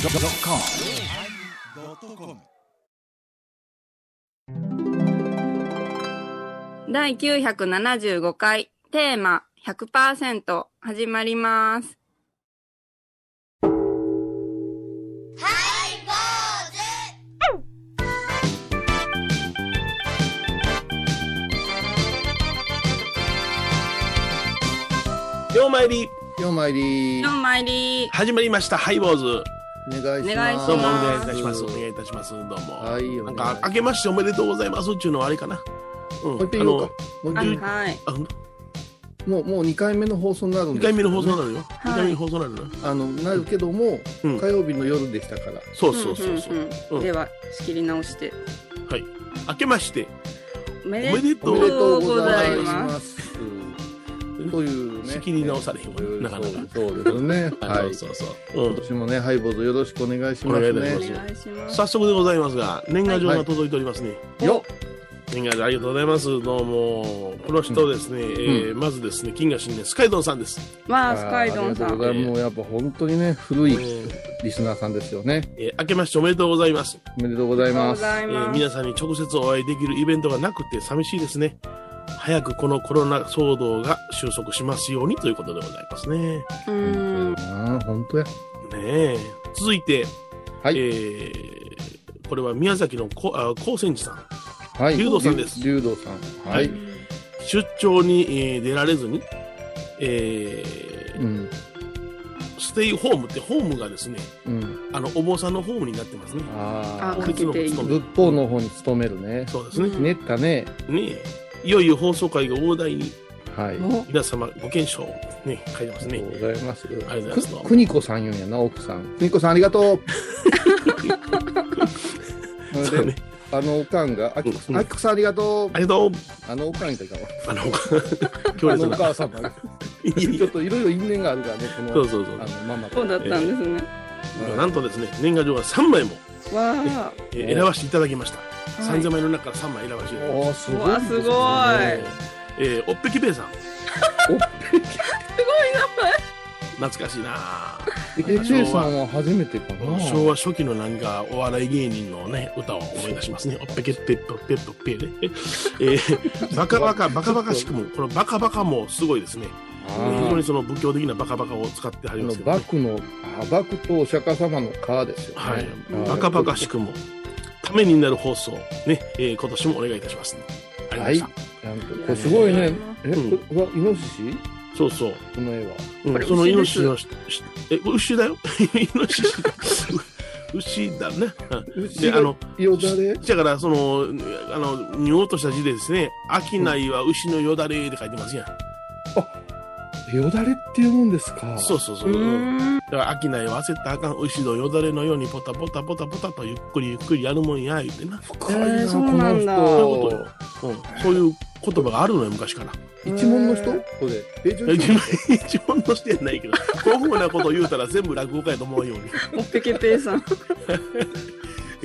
yosmir 第975回テーマ100%始まります。ようまいりようまいり今日参り。始まりましたハイボーズお願いしお願いしまますどすうもお願いいたしますお願いいたしますどうもはいお願なんいか明けましておめでとうございますっていうのはあれかなうんもう一あ遍言おのうかもう一あ遍はい。あのもうもう2回目の放送になるん二です回目の放送なのよ二はい回目の放送なのよあのなるけども、うん火曜日の夜でしたからそうそうそうそうんうんでは仕切り直して明けましておめおめでおとめうでとうございおめでとうございまますというね仕切り直されへんわなかなかそうそうですね あはのいそうそうう今ん年もねハイボーズよろしくお願いしまお願すいいたおしね願いします。早速でございますが年賀状が届いておりますねよ年賀状ありがとうございますどうもこの人ですねえーまずですね金河新年スカイドンさんですわああ、スカイドンさありん。がとうございますもうやっぱ本当にね古えいーリスナーさんですよねえー明けましておめでとうございますおめでとうございますありえがとうござーいます。皆さんに直接お会いできるイベントがなくて寂しいですね。早くこのコロナ騒動が収束しますようにということでございますね。ねう。うんんあー本当やえ。続いて、はいえーこれは宮崎のこあ高専寺さん。はい竜童さんです竜童さんはい、出張に、えー出られずに、えーうんステイホームってホームがですね、うんあの、お坊さんのホームになってますね。あああかけていい仏仏法の方に勤めるねそうですね。うねったねねえいよいよ放送会が大台に、はいお皆様ご健勝、ね、書いてますありねが。とうございます。がとうございますく邦子さん言うんやな、奥さん。邦子さんありがとう。そ それうでね。あのおかんが、あきうんあきこさんありがとありがとう。う。あのおかんがいかんわあ の、強あ烈のおな。母様が。ちょっといろいろ因縁があるからね、この、そうそうそうあのママとそうだったんですね。はいなんとですね、年賀状が3枚も、わえーお選ばせていただきました。あ。 3000枚の中から3枚選ばせていただきましおーすうごいわあ、でごすね。い。すごた。えーおっぺきべえさん、懐かしいなあえ、ジェイさんは初めてかな。昭和初期のなんかお笑い芸人のね、歌を思い出しますね。おっぺけっぺっぺっぺっぺね。えー、バカバカ、バカバカしくも、このバカバカもすごいですね。あ非ー常にその仏教的なバカバカを使ってはありまのすけど、バね。クの、あバクとお釈迦様の川ですよね。はいうん。バカバカしくも、ためになる放送、ね、えー今年もお願いいたします、ありがとうございました。なんと、これすごいね。え、うんこれはイノシシそうそう。この絵は。うこん、れそのイ牛ノでシすシのし、しえ、牛だよ。 イノシシだ。牛だね。牛で、あがの、よだれだから、その、あの、見落とした字でですね、商いは牛のよだれって書いてますやん。よだれっていうもんですか。そうそうそうう。ん。だから、商いは焦ったらあかん牛のよだれのようにポタポタポタポタとゆっくりゆっくりやるもんや、言ってな。深いえーな、そうこなのんだそういうことよ人。。うん。そういう言葉があるのよ、昔から。一問の人へーこれ。え、ちょっ自と分、自分のしてないけど、こういうふうなことを言うたら全部落語家やと思うように。おっぺけぺいさん。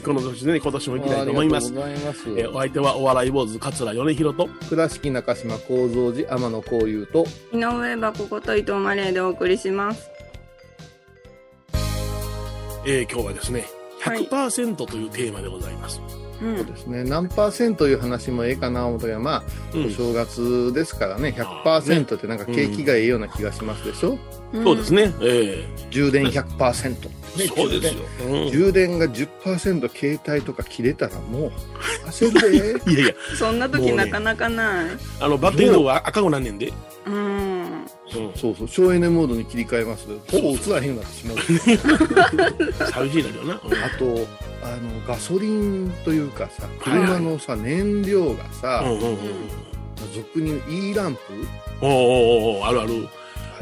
この年ね、今年も行きたいと思います。ありがとうござえいーおま相手はお笑い坊主桂米広とす。倉敷中島幸三寺天野幸雄と、井上箱こと伊藤マレーでお送りします。えー今日はですねはい100%というテーマでございます、うん。ですね、何パーセントいう話もええかな思ったけど、まあ、うんお正月ですからね、あーね100%ってなんか景気がええような気がしますでしょそうですね。ね、え充電100%。ー、そうですよ、う充電が10%携帯とか切れたらもう焦 るでん、いやいやそんなもう時ねなかなかない。あのバッテリーの方が赤くなんねんで、うん。うん、そうそう省エネモードに切り替えますほぼ映らへんようになってしまう寂しいなるよな、うんあとあのガソリンというかさはい車のさ燃料がさ、うんうんうんうん俗に言う E ランプおーおーおーあるある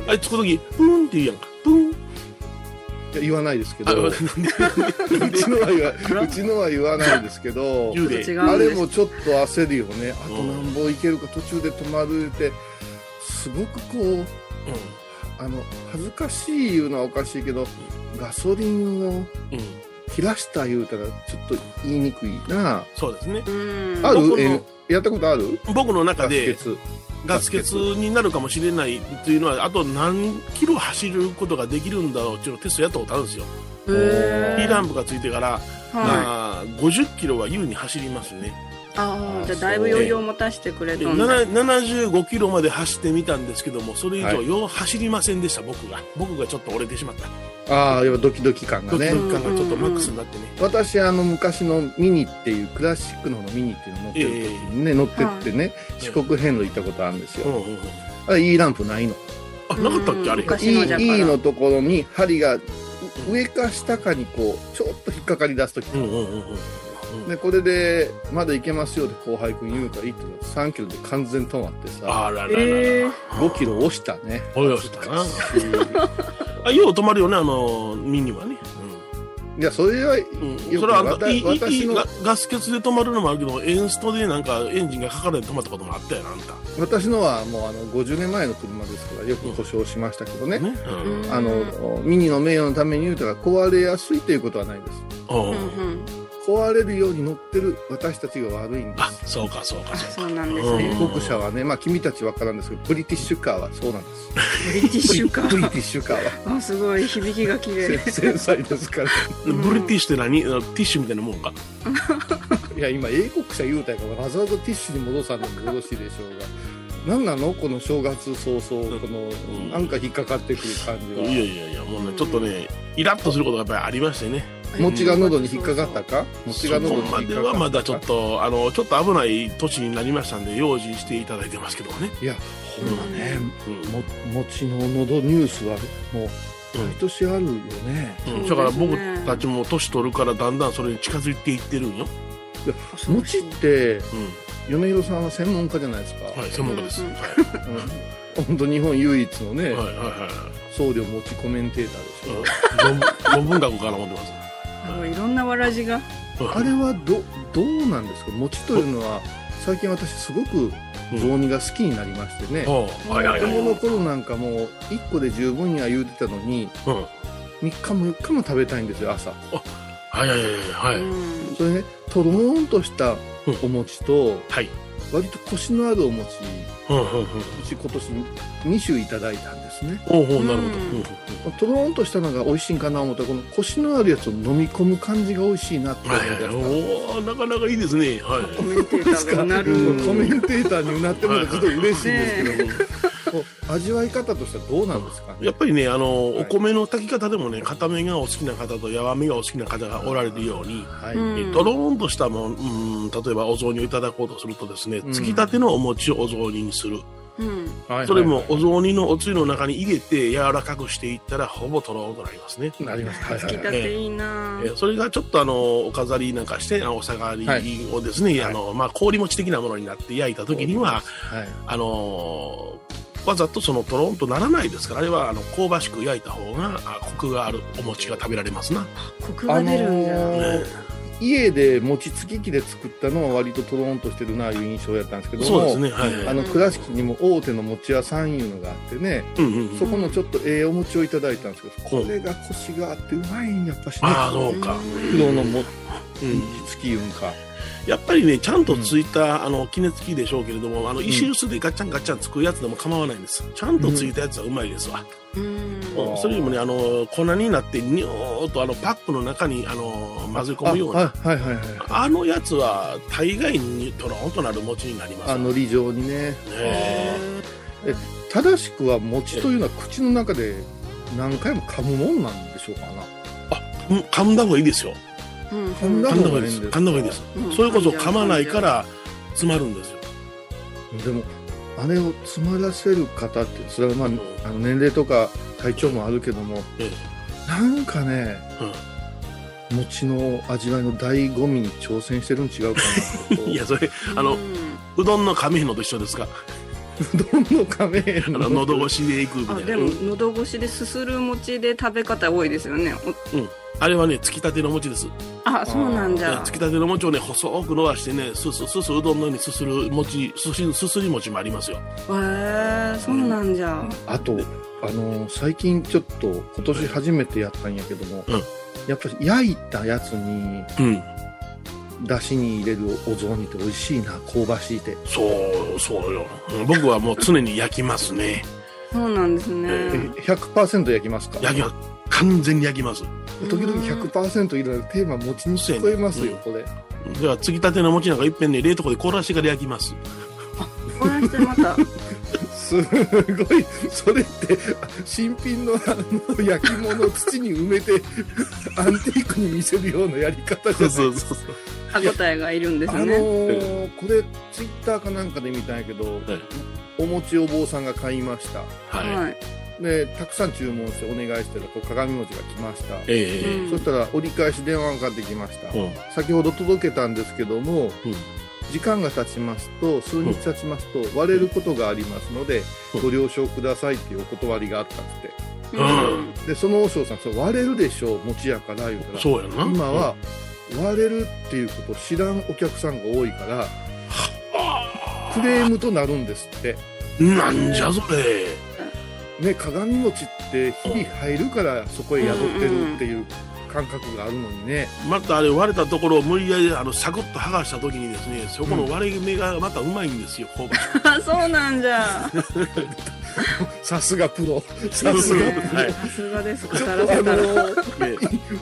あれつく時プーンって言うやんかプーンいや言わないですけあどうなんでなんでちのは言 わうちのは言わないですけど言うちょっと違でうあれもちょっと焦るよねあとうんなんぼいけるか途中で止まるってすごくこうあの恥ずかしい言うのはおかしいけどガソリンをうん、うん、切らした言うたらちょっと言いにくいなそうですねうん。ある僕のえーやったことある僕の中ガスで欠ガス欠になるかもしれないというのは、あと何キロ走ることができるんだろうっていうのをテストやったことあるんですよ。へー P ランプがついてから、はい。まあ、50キロは優に走りますね。ああ、じゃあだいぶ余裕を持たせてくれでたんだ。 7 75キロまで走ってみたんですけども、それ以上、はいよう走りませんでした、僕が。僕がちょっと折れてしまった。ああ、やっぱドキドキ感がドキねド。キ感がちょっとマックスになってね。私、あの、昔のミニっていう、クラシックの方のミニっていうの乗ってる時にね、乗ってってね、四国遍路行ったことあるんですうよ。んうんうんあれ、いいランプないの。あ、なかったっけ、あれ。昔いのじゃからい、いいのところに針が上か下かにこう、ちょっと引っかかり出すとき。うんうんうんうん。で、これで、まだ行けますよって後輩君言うから行っても3キロで完全止まってさ、あらららら。ええ。 5キロ押したね。およしたな。あ、よう止まるよね、あの、ミニはね。 いや、それは、うん。うん、よそくれはあわたの、いい、いい、い私いのガガス欠で止まるのもあるけど、エンストでなんかエンジンがかからないで止まったこともあったよな、あんた。私のはもうあの50年前の車ですからよく故障しましたけどね、ね。うん。あのミニの名誉のために言うたら壊れやすいということはないですううん。うんん。壊れるように乗ってる私たちが悪いんであす、そうか、そうあ、か、そうそか。うなんですうね。ん国車はねまあ君たちわからんですけどブリティッシュカーはそうなんですブリティッシュかブ。リブリティッシュカーはあ、すごい響きが綺麗。せ繊細ですからうんブリティッシュって何あのティッシュみたいなもんか。いや今英国車言うたやからわざわざティッシュに戻さんのもよろしいでしょうが何なのこの正月早々このんなんか引っかかってくる感じいやはいやいや、もうね、ちょっとね、イラッとすることがやっぱりありましてね。餅が喉に引っかかったか餅そがこ喉に引っまでかかったはかまだちょっと、あの、ちょっと危ない年になりましたんで、用心していただいてますけどね。いやほんまねうん。も餅の喉ニュースはもううん毎年あるよね、うそんうだからですね僕たちも年取るからだんだんそれに近づいていってるんよ、そう餅ってうん米広さんは専門家じゃないですか、はい、専門家です、うんはいうん、本当日本唯一のね、はいはいは僧侶餅コメンテータい、ーでしょ、うん、論文論文学から思ってますあいろんなわらじが。あれはどどうなんですか餅というのは最近私すごく雑煮が好きになりましてね、うんはいはい子はい、供の頃なんかもう1個で十分には言うてたのにうん、 3日も4日も食べたいんですよ朝はいはいはいはういんそれねとろーんとしたお餅と、はい割とコシのあるお餅うんうんうんうち今年2種いただいたんですねほうほうなうるほど、うんんうんとろーんとしたのが美味しいんかな思ったらこのコシのあるやつを飲み込む感じが美味しいなって思いはいはい出しおーなかなかいいですねはいコメンテーターがたうなる。うんコメねンテーターにうなってもらってちょっと嬉しいんですけども、こう味わい方としてはどうなんですかねやっぱりねあの、はいお米の炊き方でもね固めがお好きな方とやわめがお好きな方がおられるようにはい、うんえとろーんとしたもん、うん、例えばお雑煮をいただこうとするとですね、うんつきたてのお餅をお雑煮にする。うん。はいそれもお雑煮のおつゆの中に入れて柔らかくしていったらほぼとろーんとなりますね。なりますはいつはきいたていいなえ。ーそれがちょっとあのお飾りなんかしてあのお下がりをですね、はあいのまあ、氷餅的なものになって焼いた時には、はいあのーわざとそのとろんとならないですからあれはあの香ばしく焼いた方があコクがあるお餅が食べられますな、コクが出るんじゃあのん。ー家で餅つき器で作ったのは割ととろーんとしてるなあいう印象やったんですけどもそうですねはい、あの倉敷にも大手の餅屋さんいうのがあってね、うんうんうんそこのちょっとええお餅をいただいたんですけど、これがコシがあってうまいんやっぱしね。ああそうか、黒の餅うん、つきいうんか。やっぱりねちゃんとついた、あの杵付きでしょうけれどもあの石臼でガチャンガチャン作るやつでも構わないんですちゃんとついたやつはうまいですわ、うん。うんそれよりもねあの粉になってにょーっとあのパックの中にあの混ぜ込むようなああはいはいはい。あのやつは大概にとろんとなる餅になりますあのり状にね。ね正しくは餅というのは口の中で何回も噛むもんなんでしょうかな。うん噛んだ方がいいですようん。こんな噛んだ方がいいですうん噛んだ方がいいです、うんそれこそ噛まないから詰まるんですよでもあれを詰まらせる方ってそれはまあうんあの年齢とか体調もあるけどもえなんかね餅の味わいの醍醐味に挑戦してるん違うかな うん、いやとそれあのうんうどんの噛めへんのと一緒ですか どんの亀あの喉越しでいくみたあいでなもうん喉越しですする餅で食べ方多いですよねおあれはねつきたての餅ですあそうなんじゃつきたての餅をね細く伸ばしてねすすすすうどんのようにすする餅すすすすり餅もありますよへえそうなんじゃあと、あのー最近ちょっと今年初めてやったんやけども、うんやっぱり焼いたやつにうんだしに入れるお雑煮って美味しいな香ばしいてそうそうようん僕はもう常に焼きますねそうなんですね。ええ100%焼きますか焼きは完全に焼きます時々100%入れるテーマ餅に聞こえますよこれではつぎたての餅なんかいっぺんね冷凍庫で凍らしてから焼きますこれしてまた、すごいそれって新品のあの焼き物を土に埋めてアンティークに見せるようなやり方じゃないそうそう歯応えがいるんですあの ね。ーこれツイッターかなんかで見たんやけど、お餅お坊さんが買いましたはい、はい。でたくさん注文してお願いしてたこう鏡餅が来ましたええうんそしたら折り返し電話がかかってきました、ええうん先ほど届けたんですけども、うん時間が経ちますと数日経ちますと割れることがありますので、うんご了承くださいっていうお断りがあったってうんでその和尚さん「それ割れるでしょう餅やから」言うからそうやな今は割れるっていうことを知らんお客さんが多いからあクレームとなるんですって、ーなんじゃそれね、鏡餅って日々入るからそこへ宿ってるっていう感覚があるのにね、またあれ割れたところを無理やりあのサクッと剥がした時にですねそこの割れ目がまたうまいんです よ、香ばしくあ、 そうなんじゃ。さすがプロさそうすそうがねはいさすがです。ちょ語っらとあせたら。のね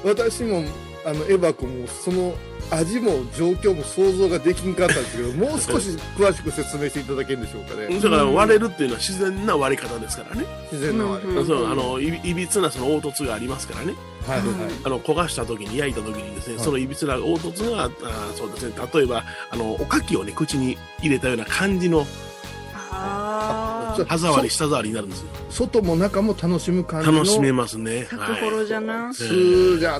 私もあのエバ子もその味も状況も想像ができんかったんですけどもう少し詳しく説明していただけるんでしょうかねだから割れるっていうのは自然な割り方ですからね、自然な割れ、うんうんそうあのいいびつなその凹凸がありますからねはいはい、あの焦がした時に焼いた時にですね、はいそのいびつな凹凸があーそうですね例えばあのおかきをね口に入れたような感じのあちょあっ。歯触り舌触りになるんですよ外も中も楽しむ感じの楽しめますね咲くは頃じゃな。すーじゃな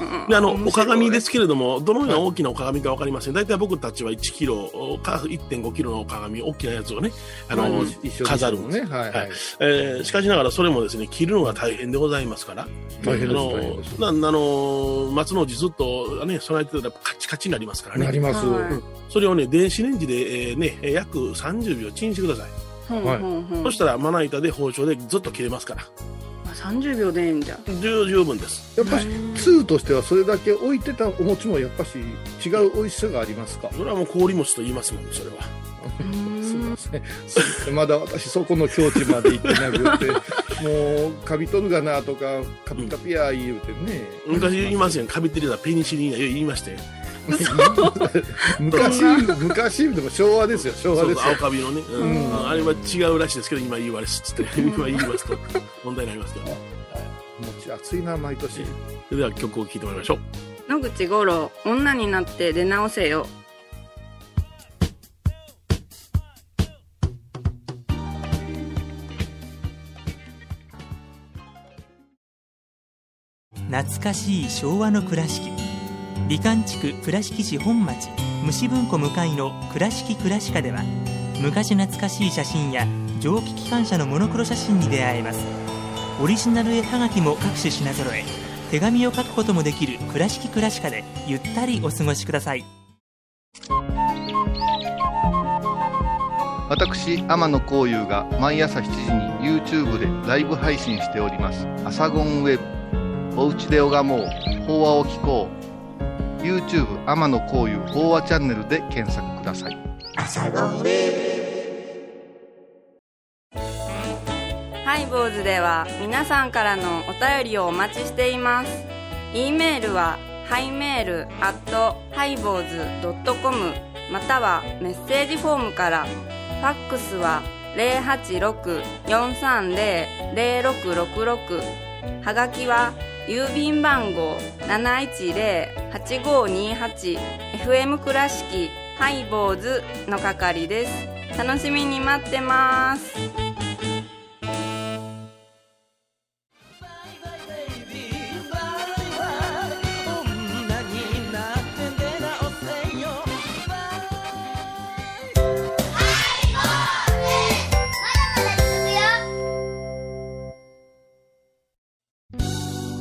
うん。いであのお鏡ですすけれどもどのような大きなお鏡か分かりません大体僕たちは1キロか1 5キロのお鏡大きなやつをねああの、うのん一緒に飾るんですねはい、はい、えーしかしながらそれもですね切るのが大変でございますから大変あです大変のですなあの松の内ずっとね備えてたらカチカチになりますからなねります、はいうんそれをね電子レンジで、えーねえー約30秒チンしてください、ほんはいほんほんそしたらまな板で包丁でずっと切れますからあ30秒でいいんじゃ。十十分ですやっぱし2としてはそれだけ置いてたお餅もやっぱし違う美味しさがありますかそれはもう氷餅と言いますもんそれはうーんすみませんすいません。まだ私そこの境地まで行ってなくて、もうカビ取るがなとかカピカピや言うてね。昔言いませんかびてるようなペニシリンやよう言いまして昔昔でも昭和ですよ昭和そうでそうすよ青。カビのね、うんうんあれは違うらしいですけど今言われすっつって今言いますと問題になりますけ餅暑いな毎年。どでは曲を聴いてもらいましょう野口五郎、女になって出直せよ。懐かしい昭和の倉敷美観地区倉敷市本町虫文庫向かいの「倉敷倉歯科」では昔懐かしい写真や蒸気機関車のモノクロ写真に出会えますオリジナル絵はがきも各種品揃え手紙を書くこともできる「倉敷倉歯科」でゆったりお過ごしください私天野幸雄が毎朝7時に YouTube でライブ配信しております「アサゴンウェブ」「おうちで拝もう法話を聞こう」YouTube 天野幸雄法話チャンネルで検索くださいハイボーズでは皆さんからのお便りをお待ちしています。e メールはハイメールアットハイボーズドットコムまたはメッセージフォームから。ファックスは086-430-0666はがきは郵便番号710-8528 FM 倉敷ハイボーズの係です。楽しみに待ってます。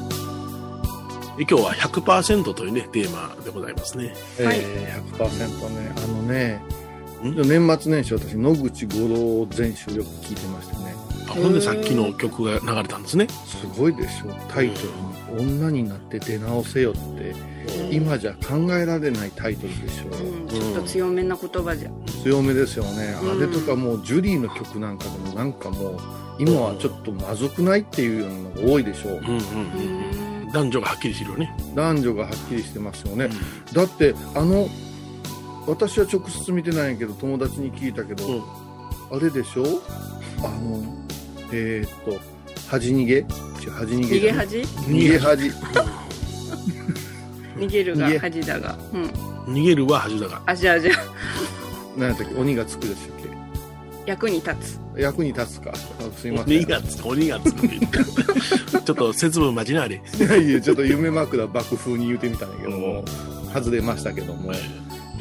で今日は100%というねテーマでございますねはいえー、100%ねあのねん年末年始私野口五郎全集よく聞いてましてねあほんでさっきの曲が流れたんですねすごいでしょタイトルに女になって出直せよって今じゃ考えられないタイトルでしょうう、ん、ちょっと強めな言葉じゃ、強めですよね、うんあれとかもうジュリーの曲なんかでもなんかもう今はちょっとまずくないっていうようなのが多いでしょう、うんううんうんん、男女がはっきりしてるよね。男女がはっきりしてますよね、だってあの私は直接見てないんやけど友達に聞いたけど、うんあれでしょあのえー、っと恥逃げ違う恥逃げ逃じげゃない恥逃げ恥逃げる逃げが恥だがうん逃げるは恥だが。あじゃあじゃあ何やったっけ鬼がつくでしたっ役に立つけ役に立つかあすいません鬼がつく、鬼がつくって言って。ちょっと節分待ちなあれ。いやいやちょっと夢枕爆風に言うてみたんやけども、外れましたけども、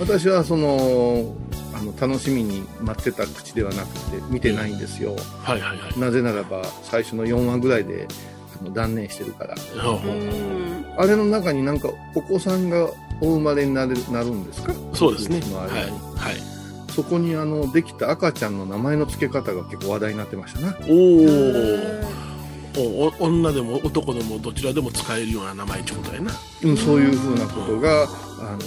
私はそのあの楽しみに待ってた口ではなくて見てないんですよ、はいはいはい。なぜならば最初の4話ぐらいであの断念してるからほううほうんあれの中になんかお子さんがお生まれになれるなるんですかそうですね。のはあいはれい。そこにあのできた赤ちゃんの名前の付け方が結構話題になってましたなおおお女でも男でもどちらでも使えるような名前ってことやな。うんそういうふうなことがあ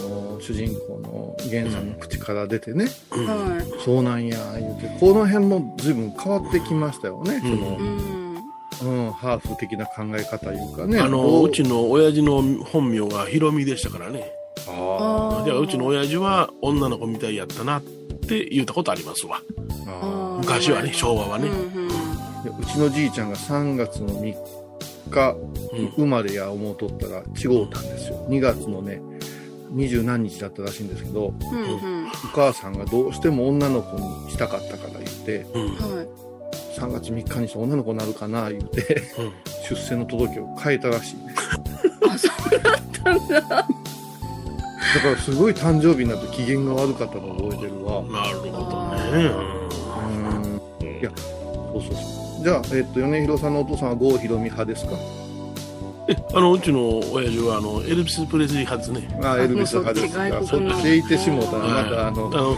の主人公の源さんの口から出てね、うんはいそうなんや言うてこの辺も随分変わってきましたよね、ううんその、うん、ハーフ的な考え方いうかねあのこうちの親父の本名がヒロミでしたからね。あだからうちの親父は女の子みたいやったなって言ったことありますわ。ーあ昔はね、昭和ははね。うんうんーでうちのじいちゃんが3月の3日うん生まれや思うとったら違うたんですよ2月のね二十何日だったらしいんですけどおうんうん母さんがどうしても女の子にしたかったから言ってうんうんはい3月3日にして女の子になるかな言って 出生の届を変えたらしいねあそうだったんだだからすごい誕生日になって機嫌が悪かったのを覚えてるわなるほうんいやそうそうそうじゃあ、えっと、米広さんのお父さんは郷ひろみ派ですかどね。えあのうちの親父はあのエルビス・プレスリー派ですね。あエルビス派ですもかうそそっち外国のっちへ行ってしもうたらまたあのあの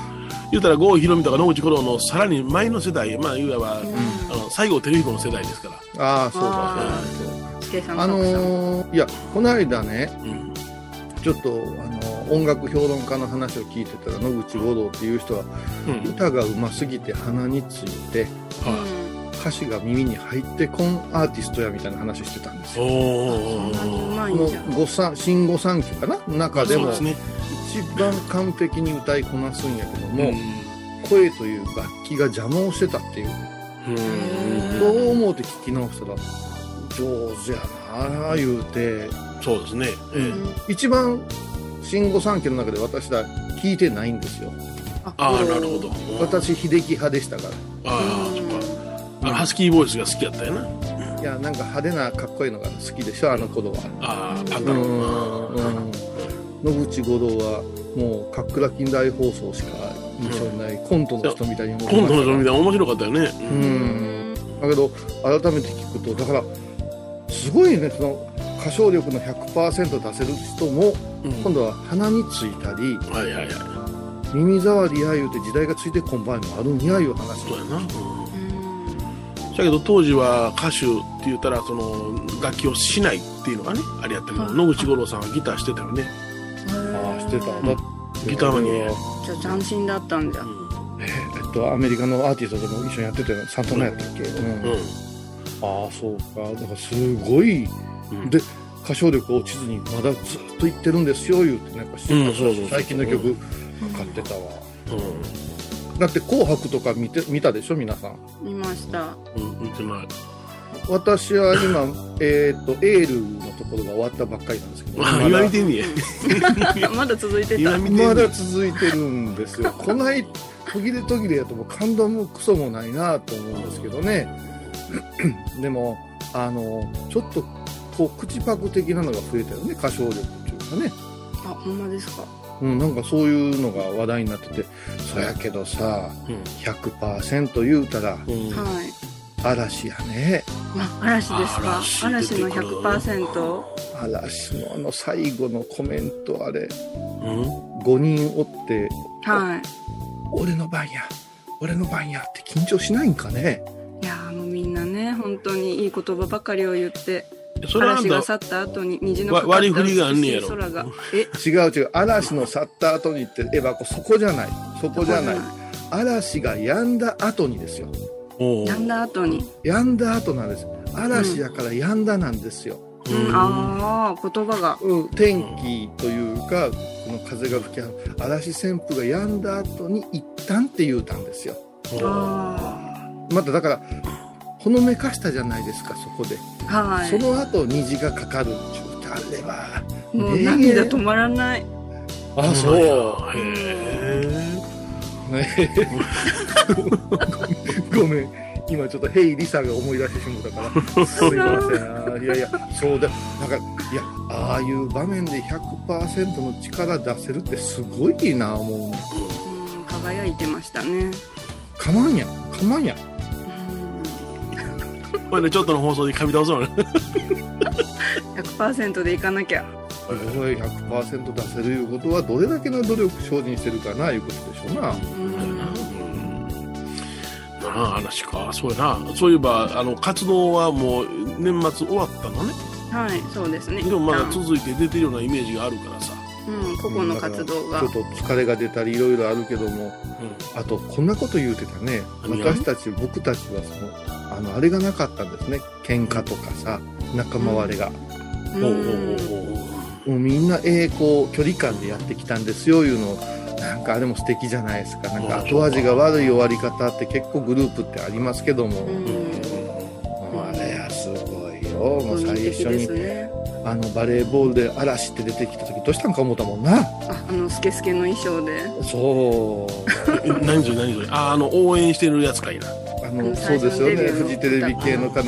言うたら郷ひろみとか野口五郎のさらに前の世代、まあ、いわば、あの西郷輝彦の世代ですから。ああそうだそうだそうだ助さんあ格さんのーいやこの間ねうんちょっとあの音楽評論家の話を聞いてたら野口五郎っていう人はうん歌がうますぎて鼻についてはい歌詞が耳に入ってこんアーティストやみたいな話してたんですおよ。うんそんなにうまいーこんのじゃん五三新御三家かな中でそうもです一ね。番完璧に歌いこなすんやけども、うん声という楽器が邪魔をしてたっていううんそう思うて聞き直したら上手やなあ言うてそうですね。ええ一番新御三家の中で私ら聞いてないんですよ。ああ、なるほど。私秀樹派でしたから。ああ、そっか。あのハスキーボイスが好きやったよな。いやなんか派手なかっこいいのが好きでしょあの頃はああ、パンうタロん野口五郎はもうかっくら近代放送しか印象にない、コントの人みたいに思今度の人みたたいな面白かったよね。うんだけど改めて聞くとだからすごいねその歌唱力の100%出せる人もうん今度は鼻についたりはいはいはい。耳障りやいうて時代がついてこん場合もあるんやいう話そうやな。うんうんだけど当時は歌手って言ったらその楽器をしないっていうのがねあれやったけど、はい野口五郎さんはギターしてたよね、ああしてたんギターマニアやじゃあ斬新だったんじゃんえーえっと、アメリカのアーティストとも一緒にやってたよサンタナやったっけ、うんうんああそうかだからすごいうんで歌唱力落ちずにまだずっと言ってるんですよ言うてなんか、んそうそうそう最近の曲買ってたわ、うだって「紅白」とか見て見たでしょ皆さん見ましたんうんうんじゃない私は今えーっとエールのところが終わったばっかりなんですけどまあ今見てんねやまだ続いてた今見てんねまやだ続いてるんですよこない途切れ途切れやともう感動もクソもないなと思うんですけどね でもあのちょっとこう口パク的なのが増えたよね歌唱力っていうかね、あほんまですかうん、なんかそういうのが話題になっててそやけどさうん100%言うたらうんはい嵐やねあ嵐ですか嵐嵐出のてくる100%嵐のあの最後のコメントあれうん5人おってはい「俺の番や俺の番や」って緊張しないんかねいやーもうみんなね本当にいい言葉ばかりを言ってそれはあん嵐がた去った後に虹のかかったわ割り振りがあんねやろ美しい空 がえ違う違う嵐の去った後にってエバコそこじゃないそこじゃない嵐が止んだ後にですよおうやんだ後に、止んだ後なんです嵐やから止んだなんですよ、うんああ言葉がうん、天気というかこの風が吹き嵐旋風が止んだ後に一旦って言うたんですよあまただからほのめかしたじゃないですかそこで、あはそいの後虹がかかるっていうあれはもうねえ涙止まらないあへえねごめん今ちょっとヘイリサが思い出してしもうたからすいませんあーいやいやそうだなんかいやああいう場面で100%の力出せるってすごいなもううん輝いてましたねかまんやかまんやうんこれでちょっとの放送で噛み倒そうね100%でいかなきゃすごい100%出せるいうことはどれだけの努力精進してるかないうことでしょうなうんなあ嵐かそうやなそういえばあの活動はもう年末終わったのねはいそうですねでもまだ一旦続いて出てるようなイメージがあるからさ、うん個々の活動がちょっと疲れが出たりいろいろあるけどもあとこんなこと言うてたね何が私たち僕たちはそのあのあれがなかったんですね喧嘩とかさ仲間割れが、うん、おうおうんうおうおうもうみんなええこう距離感でやってきたんですよいうのをなんかあれも素敵じゃないですかなんうかん後味が悪い終わり方って結構グループってありますけども、うんもうあれはすごいよもう本人最的初ですにねあのバレーボールで嵐って出てきた時どうしたんか思ったもんなああのスケスケの衣装でそう え何それ何それああの応援してるやつかいなあうのんそうですよ最ね初のフジテレビ系の必ずジ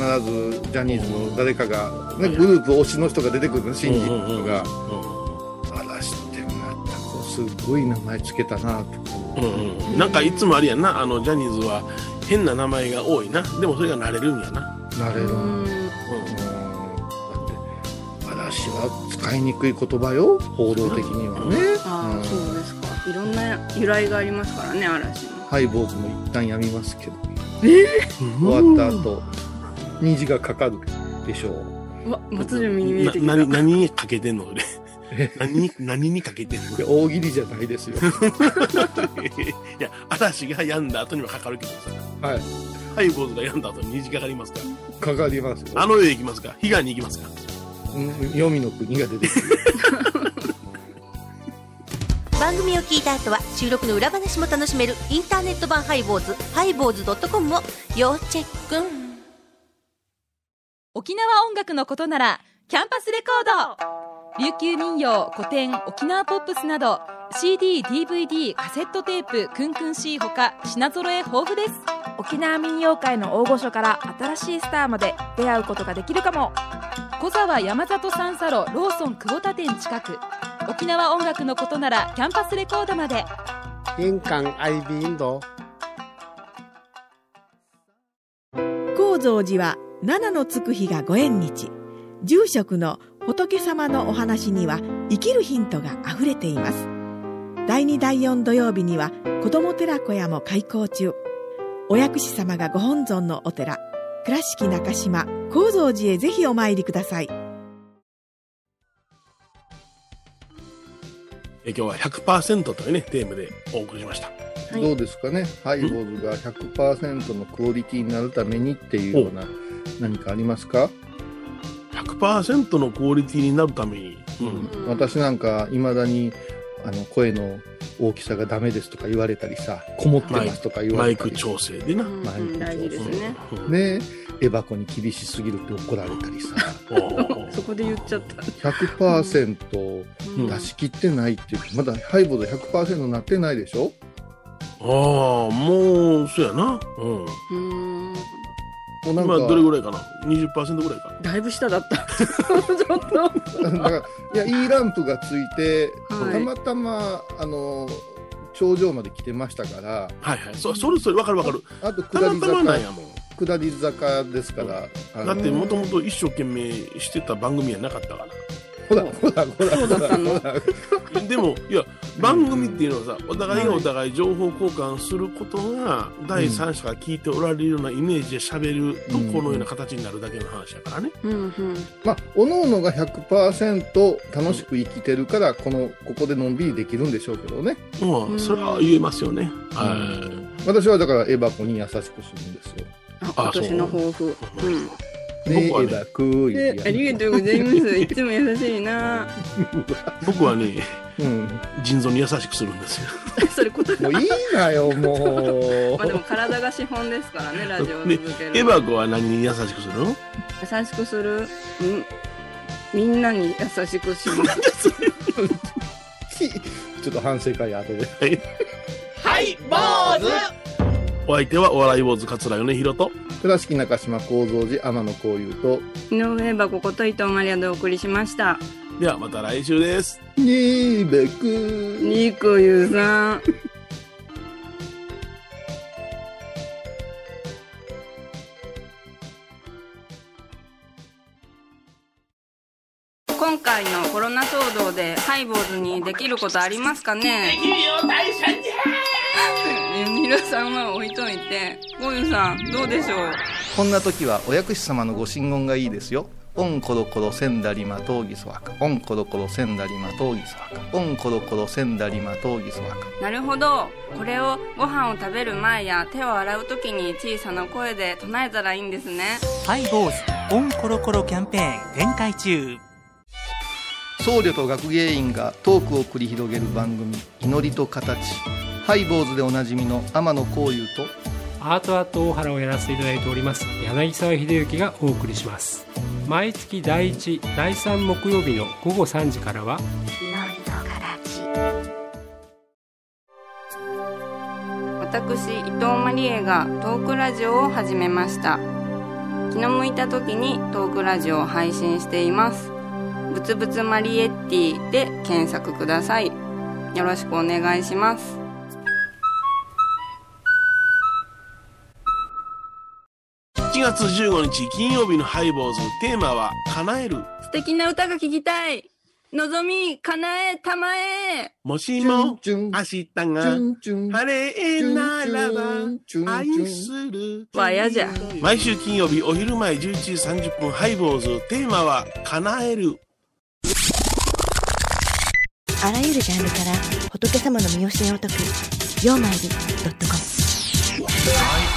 ャニーズの誰かが、ね、グループ推しの人が出てくるの新人の人が嵐ってまたこうすごい名前つけたなってうんうんうんなんかいつもあれやんなあのジャニーズは変な名前が多いなでもそれが慣れるんやな、なれるううんだってん嵐は使いにくい言葉よ報道的にはね、あうあんそうですかいろんな由来がありますからね嵐のハイボーズも一旦やみますけどうん終わった後虹がかかるでしょううわ松潤に見えてきなた何何にかけてんの俺何に何にかけてんのいや大喜利じゃないで すよいや嵐が病んだ後にはかかるけどさはいハイボーズが病んだ後に虹がかかりますからかかりますあの世へ行きますか悲願に行きますかうん黄泉の国が出てくる番組を聞いた後は収録の裏話も楽しめるインターネット版ハイボーズハイボーズドットコムを要チェック沖縄音楽のことならキャンパスレコード琉球民謡古典沖縄ポップスなど CDDVD カセットテープクンクン C ほか品揃え豊富です沖縄民謡界の大御所から新しいスターまで出会うことができるかも小沢山里三佐路ローソン久保田店近く沖縄音楽のことならキャンパスレコードまで玄関アイビーインド高蔵寺は七のつく日がご縁日住職の仏様のお話には生きるヒントがあふれています第2第4土曜日には子ども寺小屋も開校中お薬師様がご本尊のお寺倉敷中島・高蔵寺へぜひお参りくださいえ今日は100%というねテーマでお送りしました はいどうですかね、ハイボールが100%のクオリティになるためにっていうような何かありますか、 100%のクオリティになるために、うんうん私なんかいまだにあの声の大きさがダメですとか言われたりさこもってますとか言わマれイたクり調整でな、うんマイうんク大事ですねうんねエバコに厳しすぎるって怒られたり さおうおうおうそこで言っちゃった100%うん出し切ってないっていうかまだハイボール100%になってないでしょああもうそうやな、うん、うんもうなん今かどれぐらいかな20%ぐらいかなだいぶ下だった ちょっと だからいやいいランプがついて、はいたまたまあの頂上まで来てましたからはいはいそそれそれわかるわかるあとた下まりたまな坂んやもん下り坂ですから、あだのってもともと一生懸命してた番組やなかったからほらほらほらほらほらでもいや番組っていうのはさお互いがお互い情報交換することが第三者が聞いておられるようなイメージで喋るとこのような形になるだけの話やからね。うんうんまあおのおのが100%楽しく生きてるからこのここでのんびりできるんでしょうけどねまあそれは言えますよね。はい私はだからエバコに優しくするんですよあ今年の抱負そううんね僕はえエねバコいでありがとうございますいつも優しいな僕はねうん腎臓に優しくするんですよ。それ答えもういい なよもまあでも体が資本ですからねラジオをね続けるエバ子は何に優しくするの優しくするんみんなに優しくしますうきちょっと反省会後でお相手はお笑い坊主桂米宏と倉敷中島幸三寺天野幸雄と井上箱こと伊藤マリアでお送りしましたではまた来週です。にーべく肉ゆうさん 今回のコロナ騒動でハイボーズにできることありますか ねできるよ大社にさんは置いといてゴユさんどうでしょうこんな時はお薬師様のご神言がいいですよ。オンコロコロセンダリマトウギソワカ。オンコロコロセンダリマトウギソワカ。オンコロコロセンダリマトウギソワカ。なるほどこれをご飯を食べる前や手を洗う時に小さな声で唱えたらいいんですねハイボーズオンコロコロキャンペーン展開中僧侶と学芸員がトークを繰り広げる番組「祈りと形」ハイボーズでおなじみの天野幸雄とアートアート大原をやらせていただいております柳沢秀幸がお送りします毎月第1第3木曜日の午後3時からは私伊藤マリエがトークラジオを始めました気の向いた時にトークラジオを配信していますぶつぶつマリエッティで検索くださいよろしくお願いします7月15日金曜日のハイボーズテーマは叶える素敵な歌が聞きたい望み叶えたまえもしチュンもチュン明日がチュン晴れならばチュンチュン愛するわやじゃ毎週金曜日お昼前11時30分ハイボーズテーマは叶えるあらゆるジャンルから仏様の身教えを解く「曜マイルドットコム」 「